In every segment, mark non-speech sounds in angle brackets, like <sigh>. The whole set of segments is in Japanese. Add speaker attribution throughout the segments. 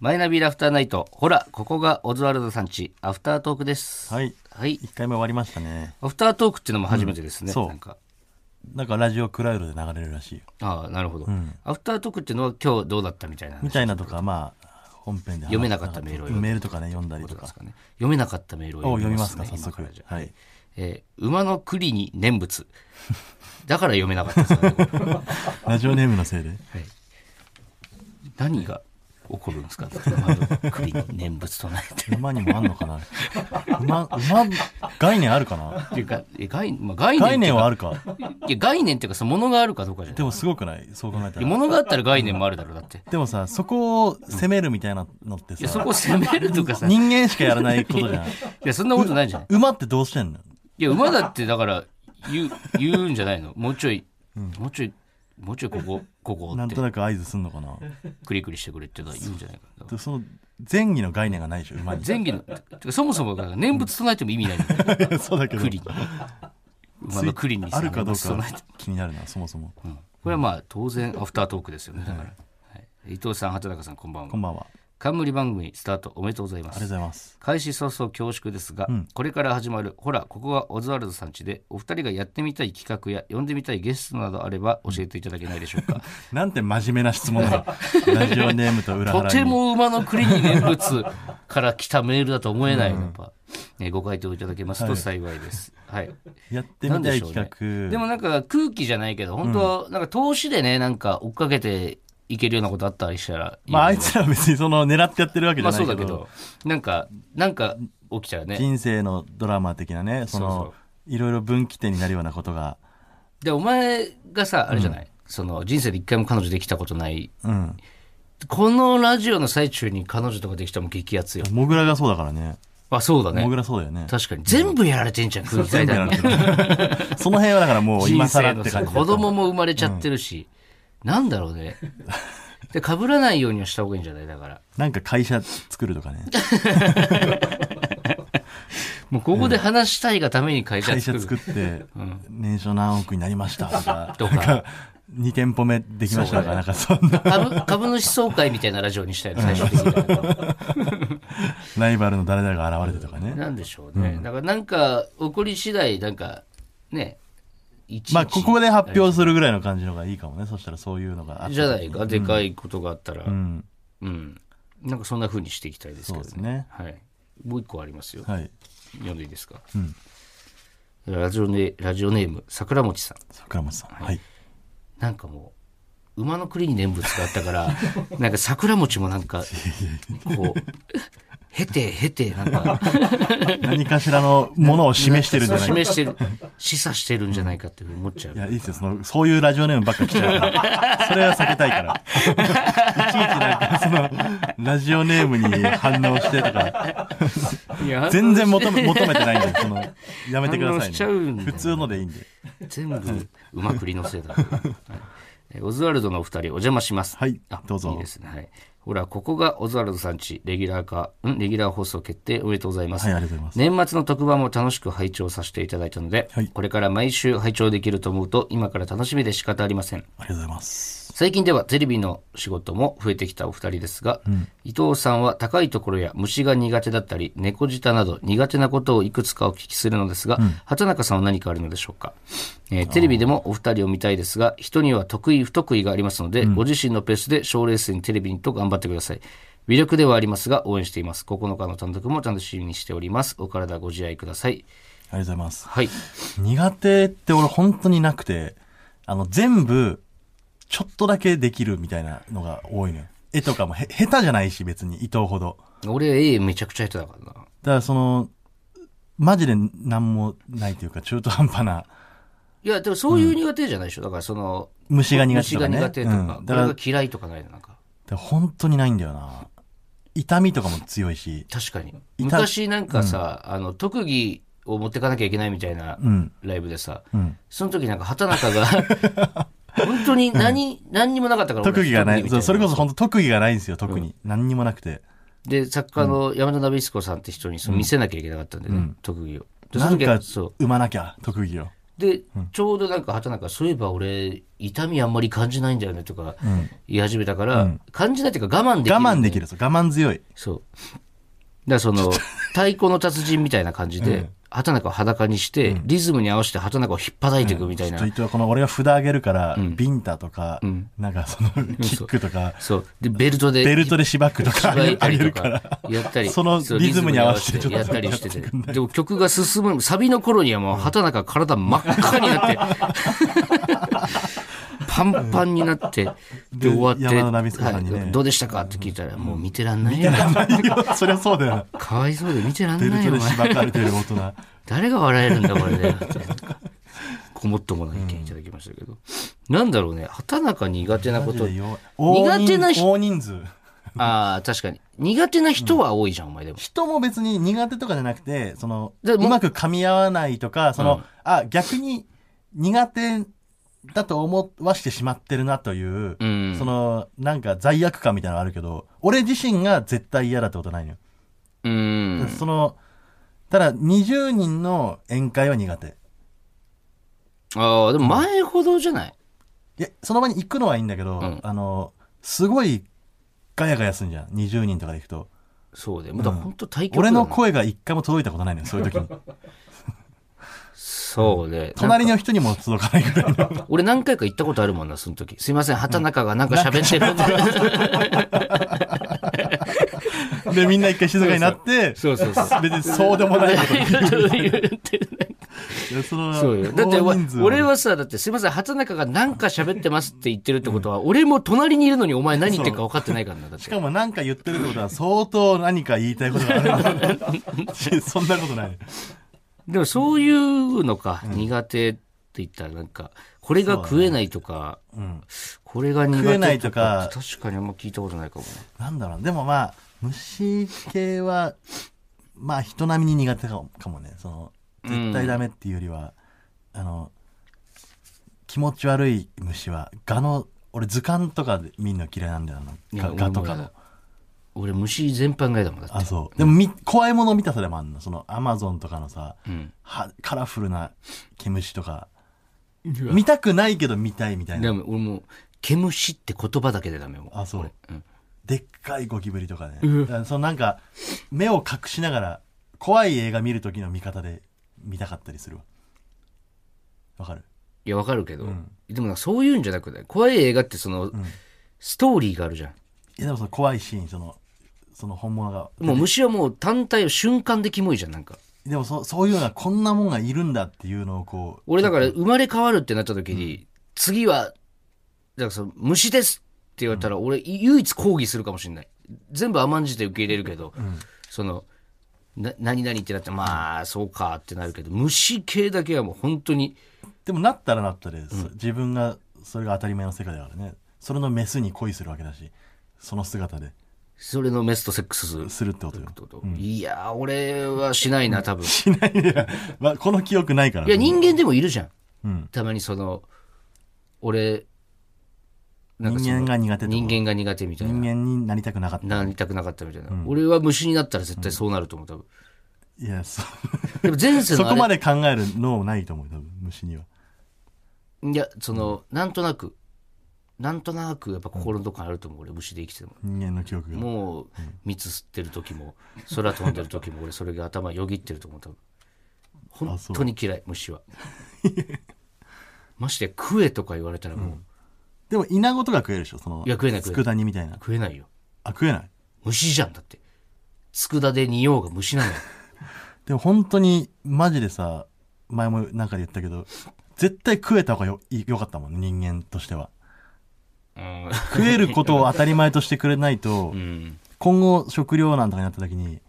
Speaker 1: マイナビラフターナイト。ほら、ここがオズワルドさんち、アフタートークです。
Speaker 2: はい
Speaker 1: はい。
Speaker 2: 一回目終わりましたね
Speaker 1: アフタートークっていうのも初めてですね。
Speaker 2: うんそう
Speaker 1: なんか。
Speaker 2: なんかラジオクラウドで流れるらしいよ
Speaker 1: ああ、なるほど、アフタートークっていうのは今日どうだったみたいな話
Speaker 2: みたいなとかまあ本編で話
Speaker 1: 読めなかったメールを読む
Speaker 2: メールとかね読んだりと
Speaker 1: で
Speaker 2: か
Speaker 1: すかね。読めなかったメールを
Speaker 2: お
Speaker 1: 読
Speaker 2: 読
Speaker 1: み
Speaker 2: み
Speaker 1: ま
Speaker 2: ますす
Speaker 1: ね。
Speaker 2: か早
Speaker 1: 今
Speaker 2: 速
Speaker 1: からじゃあ
Speaker 2: はい
Speaker 1: えー馬の栗に念仏。 <laughs> だから読めなかったですかね。これはい
Speaker 2: ラジオネームのせいで
Speaker 1: 何が起こるんですか馬の栗に念仏唱えて。
Speaker 2: 馬にもあんのかな <laughs> 馬馬概念あるかな
Speaker 1: っていうか、え概まあ、概念っていうか
Speaker 2: 概念はあるか
Speaker 1: いや概念っていうか、そのものがあるかどうかじゃない
Speaker 2: でもすごくないそう考えた
Speaker 1: いや
Speaker 2: ら
Speaker 1: 物があったら概念もあるだろうだって。
Speaker 2: でもさそこを責めるみたいなのって
Speaker 1: いや、そ
Speaker 2: さ
Speaker 1: こを責めるとかさ。い
Speaker 2: <laughs> 人間しかやらないことじゃん
Speaker 1: や、そんなことないじゃん。い
Speaker 2: 馬ってどうしてんの
Speaker 1: や、馬だってだから、言う、言うんじゃないのもうちょい、もうちょい、もうちょいここ、ここ
Speaker 2: な
Speaker 1: っ
Speaker 2: ん
Speaker 1: て
Speaker 2: と、なく合図すんのかな
Speaker 1: クリクリしてくれって言うんじゃないかな。
Speaker 2: でその前儀の概念がないでしょ馬に
Speaker 1: 前儀の、てかそもそもだから念仏唱えても意味ないのよ。
Speaker 2: いや <laughs> そうだけど
Speaker 1: クリに。馬のクリにさ
Speaker 2: あるかど
Speaker 1: 念
Speaker 2: うか
Speaker 1: 仏唱えて
Speaker 2: 気になるなそもそも、
Speaker 1: うんこれはまあ、当然、アフタートークですよね。だから。はい伊藤さん、畑中さん、こんばん
Speaker 2: こん
Speaker 1: は。
Speaker 2: ばんはあ
Speaker 1: 冠番組スタートおめでとうございま
Speaker 2: りがとう
Speaker 1: す
Speaker 2: ご。ざいます
Speaker 1: 開始早々恐縮ですが、これから始まるほらここがオズワルドさんちでお二人がやってみたい企画や呼んでみたいゲストなどあれば教えていただけないでしょうか
Speaker 2: なんて真面目な質問
Speaker 1: <laughs>
Speaker 2: だラジオネームと裏
Speaker 1: と
Speaker 2: 腹
Speaker 1: て
Speaker 2: に
Speaker 1: も馬の国に念仏から来たメールだと思えない、やっぱ、ね、ご回答いただけますと幸いです、はい
Speaker 2: やってみたい企
Speaker 1: なんでしょ
Speaker 2: 画
Speaker 1: でもなんか空気じゃないけど本当、なんか投資でねなんか追っかけていけるようなことあったりしたらいいよね
Speaker 2: まああいつらは別にその狙ってやってるわけじ
Speaker 1: ま
Speaker 2: ゃ
Speaker 1: あ
Speaker 2: な
Speaker 1: そ
Speaker 2: いう
Speaker 1: だ
Speaker 2: け
Speaker 1: け
Speaker 2: ど,、
Speaker 1: どなんかなんか起きたらね
Speaker 2: 人生のドラマ的なねその
Speaker 1: そうそう
Speaker 2: いろいろ分岐点になるようなことが
Speaker 1: でお前がさあれじゃない、その人生で一回も彼女できたことない
Speaker 2: うん
Speaker 1: このラジオの最中に彼女とかできたらもう激アツよ。
Speaker 2: モグラがそうだからね
Speaker 1: あ、そうだ
Speaker 2: モ
Speaker 1: ね
Speaker 2: グ。ラそうだよね
Speaker 1: 確かに。全部やられてんじゃん、空気階
Speaker 2: 全部や
Speaker 1: 段
Speaker 2: ら
Speaker 1: に
Speaker 2: れ。て
Speaker 1: <laughs>
Speaker 2: るその辺はだからもう今
Speaker 1: 人生
Speaker 2: 更
Speaker 1: の
Speaker 2: って
Speaker 1: さ
Speaker 2: 感じ
Speaker 1: 子供も生まれちゃってるし。なんだろうね。で、被らないようにはした方がいいんじゃないだから。
Speaker 2: なんか会社作るとかね
Speaker 1: もうここで話したいがために会社
Speaker 2: 会
Speaker 1: 作
Speaker 2: 社
Speaker 1: る。
Speaker 2: 作って年商何億になりましたとか
Speaker 1: <laughs> とか
Speaker 2: なんか2店舗目できましたとかなんかそんな
Speaker 1: 株株主総会みたいなラジオにしたいの、最終的には。
Speaker 2: <laughs> ライバルの誰々が現れてとかね
Speaker 1: なんでしょうね。だからなんか、起こり次第、なんか、ね、一
Speaker 2: まあここで発表するぐらいの感じのがいいかもねそしたらそういうのがあった
Speaker 1: じゃないか、でかいことがあったら。
Speaker 2: うん
Speaker 1: うん。なんかそんな風にしていきたいですけ
Speaker 2: そう
Speaker 1: ど
Speaker 2: です
Speaker 1: ね。
Speaker 2: ね
Speaker 1: はい。もう一個ありますよ。
Speaker 2: はい
Speaker 1: 読んでいいですか。ラジオネラジオネーム、桜餅さん。
Speaker 2: 桜本さんはい
Speaker 1: なんかもう、馬の栗に念仏があった
Speaker 2: <laughs>
Speaker 1: から、なんか桜餅もなんか、こう、へてへて、なんか、
Speaker 2: 何かしらのものを示してるんじ
Speaker 1: <laughs>
Speaker 2: ゃない
Speaker 1: 示してる、示唆してるんじゃないかっていうふうに思っちゃう
Speaker 2: い。やいいですよそのそういうラジオネームばっか来ちゃ
Speaker 1: <laughs>
Speaker 2: うからそれは避けたいから <laughs> いちいちなんかそのラジオネームに反応してとか
Speaker 1: いや
Speaker 2: 全然求め求めてないんで、その、やめてくだ
Speaker 1: 反
Speaker 2: さ
Speaker 1: 応
Speaker 2: い
Speaker 1: しちゃうんだ
Speaker 2: ね。
Speaker 1: よ
Speaker 2: 普通のでいいんで。
Speaker 1: 全部、馬栗のせいだ。はいえオズワルドのお二人、お邪魔します。
Speaker 2: はい
Speaker 1: あ、
Speaker 2: どうぞ
Speaker 1: いいですね。はい。ほら、ここがオズワルドさんち、レギュラー化、んレギュラー放送決定おめでとうございます。
Speaker 2: はい、ありがとうございます。
Speaker 1: 年末の特番も楽しく拝聴させていただいたので、
Speaker 2: はい
Speaker 1: これから毎週拝聴できると思うと、今から楽しみで仕方ありません。
Speaker 2: ありがとうございます。
Speaker 1: 最近ではテレビの仕事も増えてきたお二人ですが、伊藤さんは高いところや虫が苦手だったり、猫舌など苦手なことをいくつかお聞きするのですが、畑中さんは何かあるのでしょうか、えーテレビでもお二人を見たいですが、人には得意不得意がありますので、ご自身のペースで賞レースにテレビにと頑張ってください。魅力ではありますが、応援しています。9日の単独も楽しみにしております。お体ご自愛ください。
Speaker 2: ありがとうございます。
Speaker 1: はい。
Speaker 2: 苦手って俺本当になくて、あの、全部、ちょっとだけできるみたいなのが多いのよ。絵とかもへ、下手じゃないし別に、伊藤ほど。
Speaker 1: 俺、A めちゃくちゃ下手だからな。
Speaker 2: だからその、マジで何もないというか、中途半端な、
Speaker 1: いや、でもそういう苦手じゃないでしょ。だからその、
Speaker 2: 虫が苦手
Speaker 1: 虫
Speaker 2: と
Speaker 1: が
Speaker 2: かね。
Speaker 1: 苦手とか、
Speaker 2: うん
Speaker 1: こ
Speaker 2: だ
Speaker 1: れ
Speaker 2: から、
Speaker 1: が
Speaker 2: だか
Speaker 1: 嫌いとかないのなんから
Speaker 2: 本当にないんだよな。痛みとかも強いし、
Speaker 1: 確かに
Speaker 2: いた
Speaker 1: 昔なんかさ、あの特技を持ってかなきゃいけないみたいな
Speaker 2: うん、
Speaker 1: ライブでさ、
Speaker 2: うん。
Speaker 1: その時なんか畑中が <laughs> 本当に何、何にもなかったから
Speaker 2: 特技がない。
Speaker 1: 俺
Speaker 2: そうそれこそ
Speaker 1: 特技みたい
Speaker 2: 本当特技がないんですよ、特に。何にもなくて。
Speaker 1: なで作家の山田鍋彦さんって人にそう見せなきゃいけなかったんでね、特技をで
Speaker 2: なん
Speaker 1: その
Speaker 2: か
Speaker 1: 時そう
Speaker 2: 生まなきゃ、特技を。
Speaker 1: で、ちょうどなんか畑中そういえば俺痛みあんまり感じないんだよねとか言い始めたから、感じないっていうか我慢できる
Speaker 2: 我慢できるんですよ。我慢強い。
Speaker 1: そうだからその太鼓の達人みたいな感じで、畑中を裸にして、リズムに合わせて畑中を引っ叩いていくみたい
Speaker 2: ちょ
Speaker 1: な、
Speaker 2: っと伊藤はこの俺が札あげるから、ビンタとか、なんかその、キックとか、
Speaker 1: そうでベルトで
Speaker 2: ベルトでしばくとか、
Speaker 1: 芝居
Speaker 2: あ
Speaker 1: た
Speaker 2: げ
Speaker 1: り
Speaker 2: る
Speaker 1: と
Speaker 2: から
Speaker 1: か。やったり
Speaker 2: その
Speaker 1: そう
Speaker 2: リズムに合わせて
Speaker 1: リズムに合わやったりして
Speaker 2: ちょってと
Speaker 1: でも曲が進むサビの頃にはもう畑中体真っ赤になって
Speaker 2: <laughs>
Speaker 1: パンパンになってで
Speaker 2: で
Speaker 1: 終わって、
Speaker 2: 山田奈美塚さんにね
Speaker 1: はいどうでしたかって聞いたらもう見てらんないよ
Speaker 2: <laughs> そりゃそうだよな。
Speaker 1: かわいそうで見てらん
Speaker 2: ベ
Speaker 1: な
Speaker 2: ル
Speaker 1: い
Speaker 2: ト
Speaker 1: よお
Speaker 2: でし
Speaker 1: 前
Speaker 2: ばかれてる大人。
Speaker 1: 誰が笑えるんだこれで <laughs> こもっともない意見いただきましたけど、なんだろうね畑中苦手なこ
Speaker 2: マジ
Speaker 1: と
Speaker 2: で弱い
Speaker 1: 苦手な人
Speaker 2: 大人数。
Speaker 1: ああ確かに苦手な人は多いじゃん、お前でも
Speaker 2: 人も別に苦手とかじゃなくて、その、
Speaker 1: で
Speaker 2: う
Speaker 1: も
Speaker 2: まく噛み合わないとか、その、あ、逆に苦手だと思わしてしまってるなという、
Speaker 1: うん
Speaker 2: その、なんか罪悪感みたいなのあるけど、俺自身が絶対嫌だってことないのよ。
Speaker 1: うーん
Speaker 2: その、ただ20人の宴会は苦手。
Speaker 1: ああ、でも前ほどじゃない。
Speaker 2: いや、その場に行くのはいいんだけど、
Speaker 1: ん
Speaker 2: あの、すごいガヤガヤすんじゃん。20人とかで行くと。
Speaker 1: そうで。まだ本当対局だ
Speaker 2: 俺
Speaker 1: な
Speaker 2: の声が一回も届いたことな
Speaker 1: <laughs>
Speaker 2: いのよ、そういう時に。
Speaker 1: そうで。
Speaker 2: 隣
Speaker 1: なんか
Speaker 2: の人にも届かないぐらいの。
Speaker 1: 俺何回か行ったことあるもんな、その時。すいません、畑中がなんか喋ってるんで。
Speaker 2: で、みんな一回静かになって、
Speaker 1: <laughs> そうそう <laughs> そう。
Speaker 2: 別にそうでもないことに
Speaker 1: 言ってる
Speaker 2: いやその
Speaker 1: そうよ。だって
Speaker 2: 大
Speaker 1: わ
Speaker 2: 人数、
Speaker 1: 俺はさ、だってすいません、畑中がなんか喋ってますって言ってるってことは、俺も隣にいるのにお前何言ってるか分かってないからな、だっ。
Speaker 2: してかも何か言ってるってことは相当何か言いたいことがあるんだ
Speaker 1: <laughs>
Speaker 2: そんなことない。
Speaker 1: でもそういうのか、苦手って言ったらなんか、これが食えないとか、これが苦手
Speaker 2: 食えないとか
Speaker 1: って確かにあんま聞いたことないかもね。
Speaker 2: なんだろう。でもまあ、虫系は、まあ人並みに苦手かもかもね。その、絶対ダメっていうよりは、あの、気持ち悪い虫は、ガの、俺図鑑とかで見るの嫌いなんだよ
Speaker 1: い
Speaker 2: な。
Speaker 1: や
Speaker 2: ガガと
Speaker 1: 俺も
Speaker 2: か
Speaker 1: 嫌
Speaker 2: の
Speaker 1: だ。俺虫全般が嫌だもんだっ
Speaker 2: あ、
Speaker 1: て。
Speaker 2: そう。でもみ、怖いもの見たさでもあるの。その、アマゾンとかのさ、
Speaker 1: うん。
Speaker 2: はカラフルな毛虫とか。見たくないけど見たいみたい
Speaker 1: で
Speaker 2: な。
Speaker 1: も俺もう、毛虫って言葉だけでダメもう
Speaker 2: あ、そう。
Speaker 1: うん
Speaker 2: でっかいゴキブリとかね。だからそのなんか、目を隠しながら、怖い映画見る時の見方で見たかったりするわ。わかる
Speaker 1: いや、わかるけど、でもなんかそういうんじゃなくて、怖い映画ってその、ストーリーがあるじゃ
Speaker 2: いやでもその怖いシーン、その、その本物が。
Speaker 1: ん。もう虫はもう単体を瞬間でキモいじゃん、なんか。
Speaker 2: でもそそういうような、こんなもんがいるんだっていうのをこう、
Speaker 1: 俺だから生まれ変わるってなった時に、次は、だからその虫ですって言われたら、俺唯一抗議するかもしれない。全部甘んじて受け入れるけど、その、な、何々ってなって、まあ、そうかってなるけど、虫系だけはもう本当に、
Speaker 2: でもなったらなったで、そ自分が、それが当たり前の世界だからね。それのメスに恋するわけだし、その姿で、
Speaker 1: それのメスとセックスするっ
Speaker 2: するってことよ。 <laughs>
Speaker 1: てこと。いやー、俺はしないな、多分。
Speaker 2: しないや、まあ、この記憶ないから。
Speaker 1: いや、人間でもいるじゃん。
Speaker 2: うん
Speaker 1: たまにその、俺、なんかそ
Speaker 2: 人
Speaker 1: の
Speaker 2: 間が苦手ってこと
Speaker 1: 人間が苦手みたい
Speaker 2: 人
Speaker 1: な。
Speaker 2: 間になりたくなかった。
Speaker 1: なりたくなかったみたいな。俺は虫になったら絶対そうなると思う、多分。
Speaker 2: いや、そ、
Speaker 1: でも前世の
Speaker 2: そ
Speaker 1: あ
Speaker 2: こ
Speaker 1: れ
Speaker 2: まで考える脳ないと思う、多分、虫には。
Speaker 1: いや、その、なんとなく、なんとなく、やっぱ心のどこかにあると思う、俺、虫で生きてても。
Speaker 2: 人間の記憶が。
Speaker 1: もう、蜜吸ってる時も、空飛んでる時も、俺、それが頭よぎってると思う、多分。本当に嫌い、虫は。まして、食えとか言われたらもう、
Speaker 2: でも、イナゴとか食えるでしょその、
Speaker 1: いや食えない食えない
Speaker 2: 佃煮みたいな。
Speaker 1: 食えないよ。
Speaker 2: あ、食えない。
Speaker 1: 虫じゃん、だって。佃で煮ようが虫なのよ。
Speaker 2: でも、本当に、マジでさ、前もなんかで言ったけど、絶対食えた方がよ、いよかったもん、人間としては。
Speaker 1: うん
Speaker 2: 食えることを当たり前としてくれないと、
Speaker 1: <laughs> うん。
Speaker 2: 今後食糧難とかになった時に、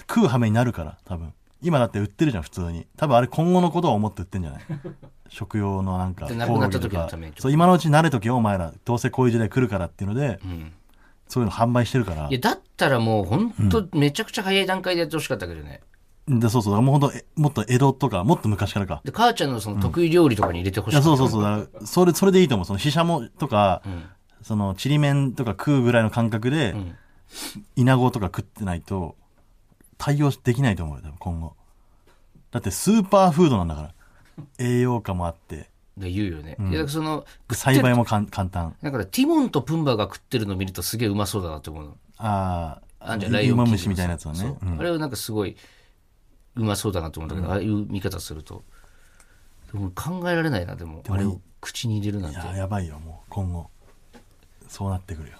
Speaker 2: 食う羽目になるから、多分。今だって売ってるじゃん、普通に。多分あれ今後のことを思って売ってんじゃない
Speaker 1: <laughs>
Speaker 2: 食用のなんか、
Speaker 1: で亡くなった時の
Speaker 2: コオロギとか
Speaker 1: ためにちょっと
Speaker 2: そう、今のうち慣れとけよ、お前ら。どうせこういう時代来るからっていうので、
Speaker 1: うん。
Speaker 2: そういうの販売してるから
Speaker 1: いや、。だったらもう、本当めちゃくちゃ早い段階でやってほしかったけどね。
Speaker 2: で、そうそう、だからもう本当えもっと江戸とか、もっと昔からか。
Speaker 1: で、母ちゃんのその得意料理とかに入れてほ
Speaker 2: い
Speaker 1: しか
Speaker 2: や、
Speaker 1: った。
Speaker 2: そうそうそう、だからそれ、それでいいと思う。その、シシャモとか、その、ちりめんとか食うぐらいの感覚で、
Speaker 1: ん
Speaker 2: イナゴとか食ってないと、
Speaker 1: <laughs>
Speaker 2: 対応できないと思うよ、多分今後。だってスーパーフードなんだから。栄養価もあって
Speaker 1: で言うよね。いやだからその、食っ
Speaker 2: 栽
Speaker 1: てる
Speaker 2: 培もかん簡単
Speaker 1: だからティモンとプンバが食ってるの見るとすげえうまそうだなと思うの。
Speaker 2: あ
Speaker 1: あ
Speaker 2: あ
Speaker 1: んじゃんライ
Speaker 2: ウ
Speaker 1: オンキング
Speaker 2: マムシみたいなやつは
Speaker 1: そ
Speaker 2: ね
Speaker 1: う、あれはなんかすごいうまそうだなと思うんだけど、ああいう見方するとでも考えられないなでも
Speaker 2: も
Speaker 1: あれを口に入れるなん
Speaker 2: い
Speaker 1: てい
Speaker 2: や
Speaker 1: や
Speaker 2: やばいよもう今後そうなってくるよ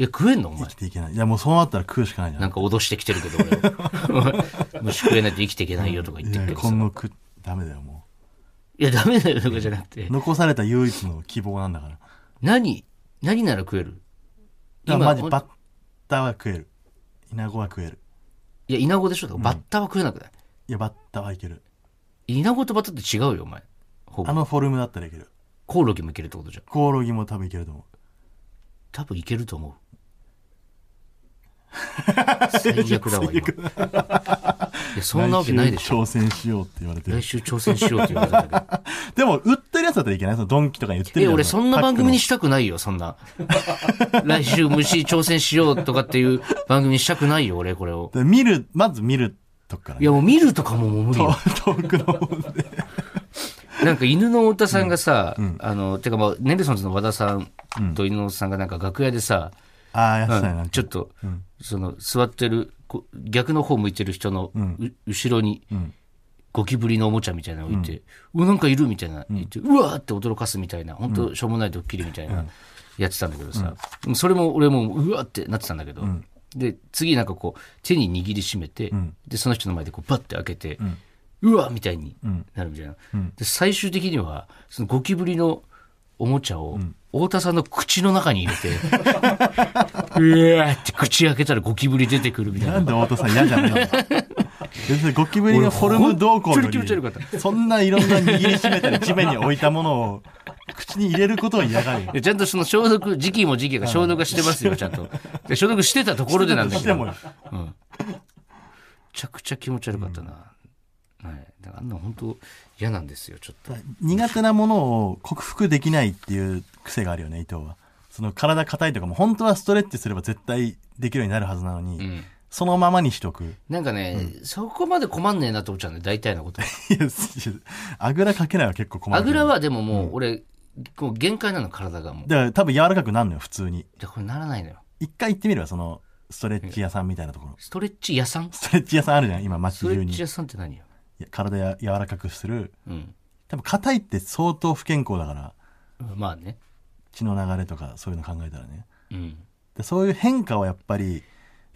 Speaker 1: 食えんのお前
Speaker 2: 生きていけないいやもうそうなったら食うしかないじゃ
Speaker 1: なんんか脅してきてるけど俺を <laughs> 虫食えないと生きていけないよとか言っ
Speaker 2: い
Speaker 1: てる
Speaker 2: や
Speaker 1: けどさ
Speaker 2: 今後食ダメだよも
Speaker 1: いやダメだよとかじゃなくて
Speaker 2: う残された唯一の希望なんだから
Speaker 1: 何何なら食える
Speaker 2: だからマジ
Speaker 1: ほん
Speaker 2: バッタは食えるイナゴは食える
Speaker 1: いやイナゴでしょだからバッタは食えなくない、
Speaker 2: いやバッタはいける
Speaker 1: イナゴとバッタって違うよお前ほ
Speaker 2: あ
Speaker 1: ぼ
Speaker 2: のフォルムだったらいける
Speaker 1: コオロギもいけるってことじゃん
Speaker 2: コオロギも多分いけると思
Speaker 1: 多分いけると
Speaker 2: <laughs>
Speaker 1: 思う最悪だわ今いや
Speaker 2: う
Speaker 1: そんなわけない
Speaker 2: <laughs>
Speaker 1: でしょ
Speaker 2: 来週挑戦しようって言われてる
Speaker 1: 来週挑戦しようって言わ
Speaker 2: <laughs>
Speaker 1: れたけど
Speaker 2: でも売ってるやつだったらいけないそのドンキとかに売ってる
Speaker 1: え
Speaker 2: やつ
Speaker 1: 俺そんな番組にしたくないよそん
Speaker 2: <laughs>
Speaker 1: な来週虫挑戦しようとかっていう番組にしたくないよ俺これを
Speaker 2: で見るまず見るとこから
Speaker 1: い
Speaker 2: ね
Speaker 1: やもう見るとかももう無理よ
Speaker 2: 遠くの方で
Speaker 1: なんか犬の太田さんがさ、あのてかまあネルソンズの和田さんと犬の太田さんがなんか楽屋でさ、
Speaker 2: ああやつだよ
Speaker 1: う
Speaker 2: なん
Speaker 1: ちょっと、その座ってるこ逆の方向いてる人の、う後ろに、ゴキブリのおもちゃみたいなの置いて、うわなんかいるみたいな言って、うわーって驚かすみたいな本当しょうもないドッキリみたいな、やってたんだけどさ、それも俺もうわーってなってたんだけど、で次なんかこう手に握りしめて、でその人の前でこうバッて開けて、うわーみたいになるみたいな、で最終的にはそのゴキブリのおもちゃを、太田さんの口の中に入れて、 <laughs> うわーって口開けたらゴキブリ出てくるみたいな
Speaker 2: な。んで太田さん嫌じゃないの別にゴキブリのフォルムどうこ
Speaker 1: 俺本
Speaker 2: うよ
Speaker 1: 当に気持ち悪かっ
Speaker 2: りそんないろんな握りしめたり地面に置いたものを口に入れることを嫌がるよ
Speaker 1: いやちゃんとその消毒、時期も時期が消毒はしてますよ、ちゃんと。で消毒してたところでなんだけ
Speaker 2: して
Speaker 1: ど。
Speaker 2: も
Speaker 1: め
Speaker 2: よ
Speaker 1: ちゃくちゃ気持ち悪かったな。はい。だからあんな本当嫌なんですよ、ちょっと。
Speaker 2: 苦手なものを克服できないっていう癖があるよね伊藤はその体硬いとかも本当はストレッチすれば絶対できるようになるはずなのに、
Speaker 1: うん。
Speaker 2: そのままにしとく <laughs>
Speaker 1: なんかね、そこまで困んねえなと思っちゃうんで、大体のこと。
Speaker 2: いやいやあぐらかけないは結構困る
Speaker 1: あぐらはでももう、俺、こう限界なの、体がもう。
Speaker 2: だから多分柔らかくなるのよ普通に
Speaker 1: で、これならないのよ。
Speaker 2: 一回行ってみればそのストレッチ屋さんみたいなところ
Speaker 1: ストレッチ屋さん
Speaker 2: ストレッチ屋さんあるじゃん今街
Speaker 1: ストレ
Speaker 2: 中
Speaker 1: ッ
Speaker 2: に
Speaker 1: チ屋さんって何よ。
Speaker 2: いや体や柔らかくする
Speaker 1: うん。
Speaker 2: 多分硬いって相当不健康だから
Speaker 1: まあね。
Speaker 2: 血の流れとかそういうの考えたらね
Speaker 1: うん。
Speaker 2: でそういう変化をやっぱり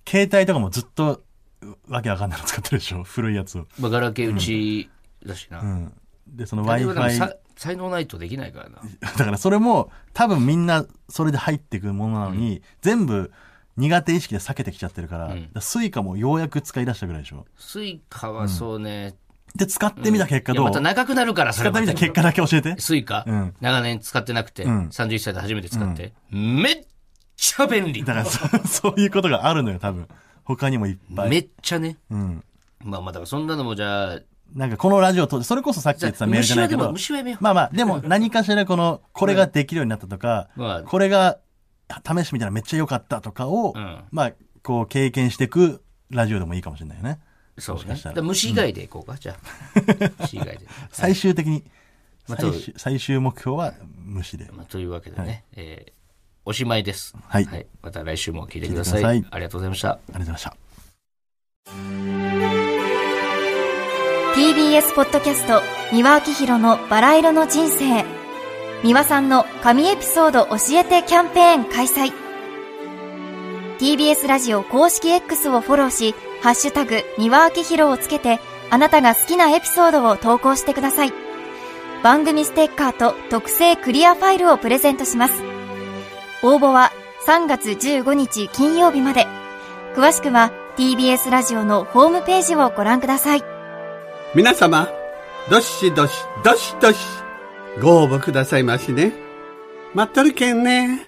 Speaker 2: 携帯とかもずっとうわけわかんないの <laughs> 使ってるでしょ古いやつを、
Speaker 1: まあ、ガラケー打ちだしな。
Speaker 2: うん、でその w
Speaker 1: あ
Speaker 2: i
Speaker 1: れ
Speaker 2: f
Speaker 1: はでも
Speaker 2: i
Speaker 1: さ才能ないとできないからな。
Speaker 2: だからそれも多分みんなそれで入ってくるものなのに、全部苦手意識で避けてきちゃってるから,、
Speaker 1: うん
Speaker 2: スイカもようやく使い出したぐらいでしょ
Speaker 1: スイカはそうね。
Speaker 2: で使ってみた結果
Speaker 1: い
Speaker 2: ど
Speaker 1: や
Speaker 2: う、
Speaker 1: また長くなるから、そ
Speaker 2: 使
Speaker 1: れ
Speaker 2: ってみた
Speaker 1: ま
Speaker 2: 結果だけ教
Speaker 1: <laughs>
Speaker 2: えて
Speaker 1: たスイカ、
Speaker 2: うん
Speaker 1: 長年使ってなくて、
Speaker 2: ん
Speaker 1: 31歳で初めて使って、めっちゃ便利。
Speaker 2: だからそそういうことがあるのよ多分他にもいっぱい
Speaker 1: めっちゃね。
Speaker 2: うん。
Speaker 1: まあまあ、だからそんなのもじゃあ、
Speaker 2: なんかこのラジオと、それこそさっき言ってたメールじゃ
Speaker 1: 虫
Speaker 2: な
Speaker 1: はい
Speaker 2: け
Speaker 1: でも、
Speaker 2: ど、
Speaker 1: 虫はやめよう。
Speaker 2: まあまあ、でも何かしらこの、これができるようになったとか、
Speaker 1: まあ
Speaker 2: これが試してみたらめっちゃ良かったとかを、
Speaker 1: うん
Speaker 2: まあ、こう経験していくラジオでもいいかもしれないよね。
Speaker 1: そうね。
Speaker 2: もしかした
Speaker 1: だ
Speaker 2: ら
Speaker 1: から虫以外でいこうか、じゃ
Speaker 2: <laughs>
Speaker 1: あ。虫以外で。
Speaker 2: 最終的に、
Speaker 1: まあ
Speaker 2: 最終最終目標は無視で。
Speaker 1: まあ、というわけでね、えーおしまいです、
Speaker 2: はい
Speaker 1: また来週も聞いてくださ
Speaker 2: 聞いてくださ
Speaker 1: い
Speaker 2: い
Speaker 1: ありがとうございました。
Speaker 2: ありがとうございました。
Speaker 3: TBS ポッドキャスト三輪明宏のバラ色の人生三輪さんの神エピソード教えてキャンペーン開催 TBS ラジオ公式 X をフォローし「ハッシュタグ三輪明宏」をつけてあなたが好きなエピソードを投稿してください番組ステッカーと特製クリアファイルをプレゼントします応募は3月15日金曜日まで詳しくは TBS ラジオのホームページをご覧ください
Speaker 4: 皆様、どしどし、どしどし、ご応募くださいましね。待っとるけんね。